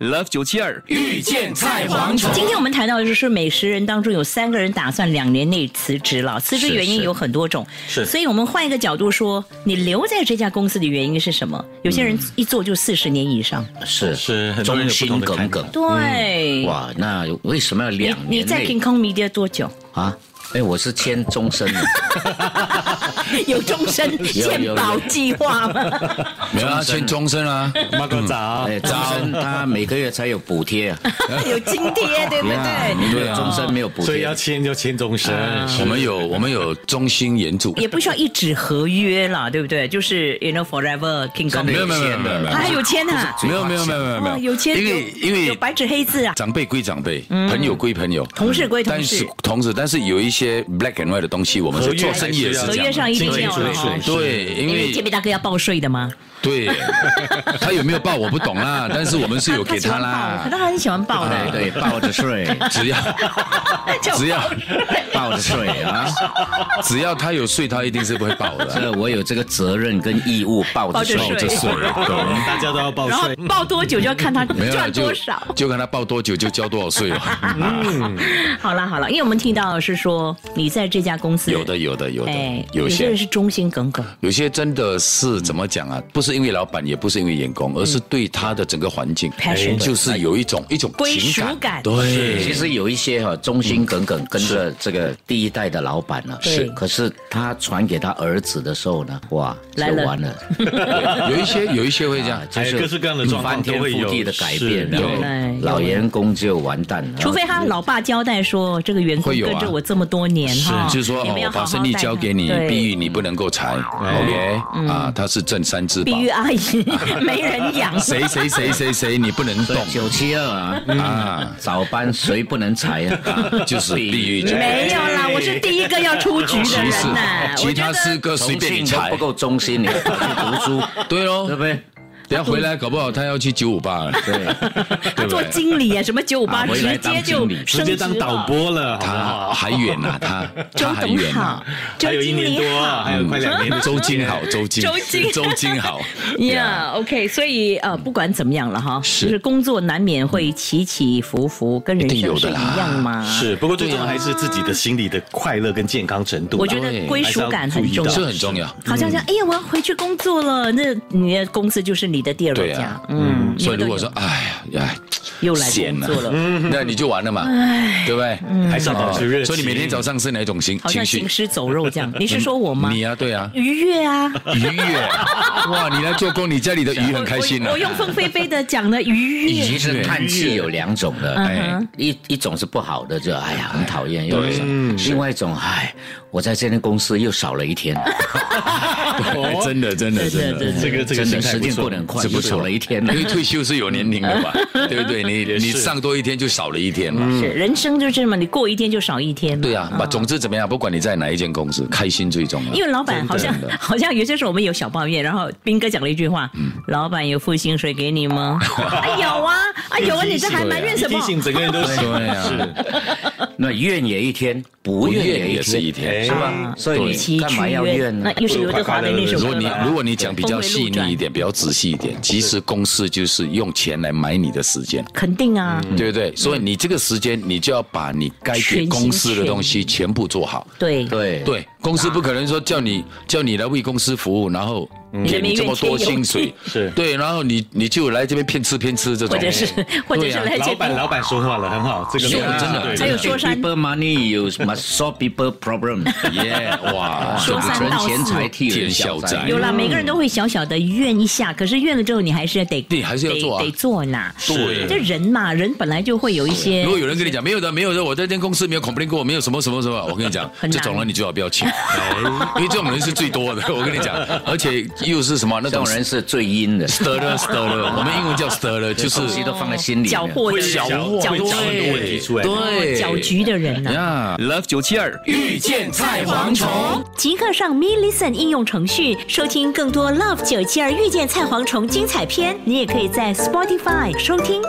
Love 九七二遇见菜蝗虫。今天我们谈到的就是美食人当中有三个人打算两年内辞职了，辞职是原因是有很多种，是所以我们换一个角度说，你留在这家公司的原因是什么？有些人一做就四十年以上，是是很多人忠有心不同的耿看耿法。对，嗯哇，那为什么要你两年内你在 King Kong Media 多久？啊？哎，我是签终身的，有终身有健保计划吗？ 没有啊，签终身啊，马哥早哎，终身他每个月才有补 贴啊， 有津贴，对不 对？你没有终身没有补 所以要贴，签就签终身。 我们有我们有中心援助，也不需要一纸合约啦，对不对？就是 you know forever King Kong，没有没有没有没有没有还有签啊，没有没有没有没有没哦，有签，因为有因为有白纸黑字啊，长辈归长辈，朋友归朋友，同事归同但是事同事，但是有一些 black and white 的东西，我们合是约做生意也是还合是约要这样的。上一定对要了对哦对。对，因因为杰为比大哥要报税的吗？对，他有没有报我不懂啦，但是我们是有给他他喜欢报，啦，他很喜欢报对的。哎 对，抱着睡，只要 叫只要抱着睡啊，只要他有税，他一定是不会报的。这我有这个责任跟义务抱 着睡，抱着睡懂大家都要报然后税。嗯报多久就要 看他没有啦赚就多少。就看他报多久就交多少税了。好了好了，因为我们听到的是说你在这家公司有的，有的，有哎的，，有有些些人是嗯忠心耿耿，有些真的是怎么讲啊？不是因为老板，也不是因为员工，而是对他的整个环境 Passion，就是有一种一种归情属感对，其实有一些哈、忠心耿耿跟着这个第一代的老板呢、是可是他传给他儿子的时候呢，哇，就来了完了，有一些有一些会这样啊，就就是是哎各式各样的状况翻天都会有覆地的改是变，然有哎后老员工就完蛋了。除非他老爸交代说这个员工会有啊跟着我这么多年哈，就是说啊你哦们要，好把好生意待交他给你，对嗯碧玉你不能够裁，OK 啊，他是镇山之宝碧，玉阿姨 没人养，谁谁谁谁谁你不能动九七二啊，啊，早班谁不能裁啊？ 就是碧玉。没有啦，我是第一个要出局的其实人呐。我其觉他四得个随便你重庆都裁不，够忠 心，你还去读书，对喽对，不对？等下回来搞不好他要去九五八了。对，他做经理啊，什么九五八啊回来直接当就经理升直接当职导了。播了，好不好？他还远呐，他他周还董远啊好呐。，周还有一经年理多 啊，好。还有快两年的周金好，周金，周金周金好，呀、o k 所以呃，不管怎么样了哈，是就是工作难免会起起伏伏，跟人一定生有是的一啦样嘛。，是，不过最重要还是自己的心理的快乐跟健康程度吧。我觉得归属感很重这要。很重要。好像像，哎呀，我要回去工作了，那嗯你的公司就是你的第二个对家，啊嗯，所以你们如果都说有哎哎，又来闲啊工了作了，，那你就完了嘛，对不对？还是要保持热情。嗯所以你每天早上是哪种情好像情行绪？尸走肉这样，你是说我吗？ 你啊，对啊，愉悦啊，鱼耶！哇，你来做工，你家里的鱼很开心我啊我。用凤飞飞的讲的愉悦，啊其实叹气有两种的，哎，一一种是不好的，就哎嗯呀很讨厌，又另外一种，哎，我在这间公司又少了一天，哎真的，真的，对真的。对对，这个这个真的心态时不间错过得很快，这不又错少了一天了因。为退休是有年龄的嘛，对不对？你你上多一天就少了一天嘛。是人生就是这么，你过一天就少一天嘛。嗯对啊，把总之怎么样，不管你在哪一间公司，开心最重要。因为老板好像 好像有些时候我们有小抱怨，然后斌哥讲了一句话：“嗯老板有付薪水给你 吗？”啊有啊，啊有啊，你这还埋怨什一么提？醒整个 人都是对啊那怨也一天，不怨也一也是一天，天。是吧啊？所以与其你干嘛屈要冤怨呢那？又是刘德华的那首如歌果你了。如果你讲比较细腻一点，比较仔细一点，其实公司就是用钱来买你的时间，肯定啊，对不对？所以你这个时间，你就要把你该给公司的东西全部做好。对，对对，公司不可能说叫你叫你来为公司服务，然后给你这么多薪水，是对，然后你你就来这边骗吃骗吃这种，或者是或者是对啊来老这板，边老板说话了，很好，这个是逻啊辑真的对还有对说山 people money you must solve people problem。耶，哇，说这个三真道存钱四财替人天消消灾灾。有啦，每个人都会小小的怨一下，可是怨了之后，你还是得对还是要做啊得得做呐。对这人嘛，人本来就会有一些如。果有人跟你讲没有的，没有的，我在这间公司没有 complain 过，没有什么什么什么，我跟你讲，很难这种人你最好不要请，因为这种人是最多的。我跟你讲，而且又是什么那这种种人是最阴的， stirrer stirrer，我们英文叫 stirrer，就东西是都放在心里面。哦搅和的会人，搅和和，会搅很多问题出来。对搅局的人啊呢、呀。 Love 九七二遇见菜蝗虫，即刻上 Me Listen 应用程序收听更多 Love 九七二遇见菜蝗虫精彩片。你也可以在 Spotify 收听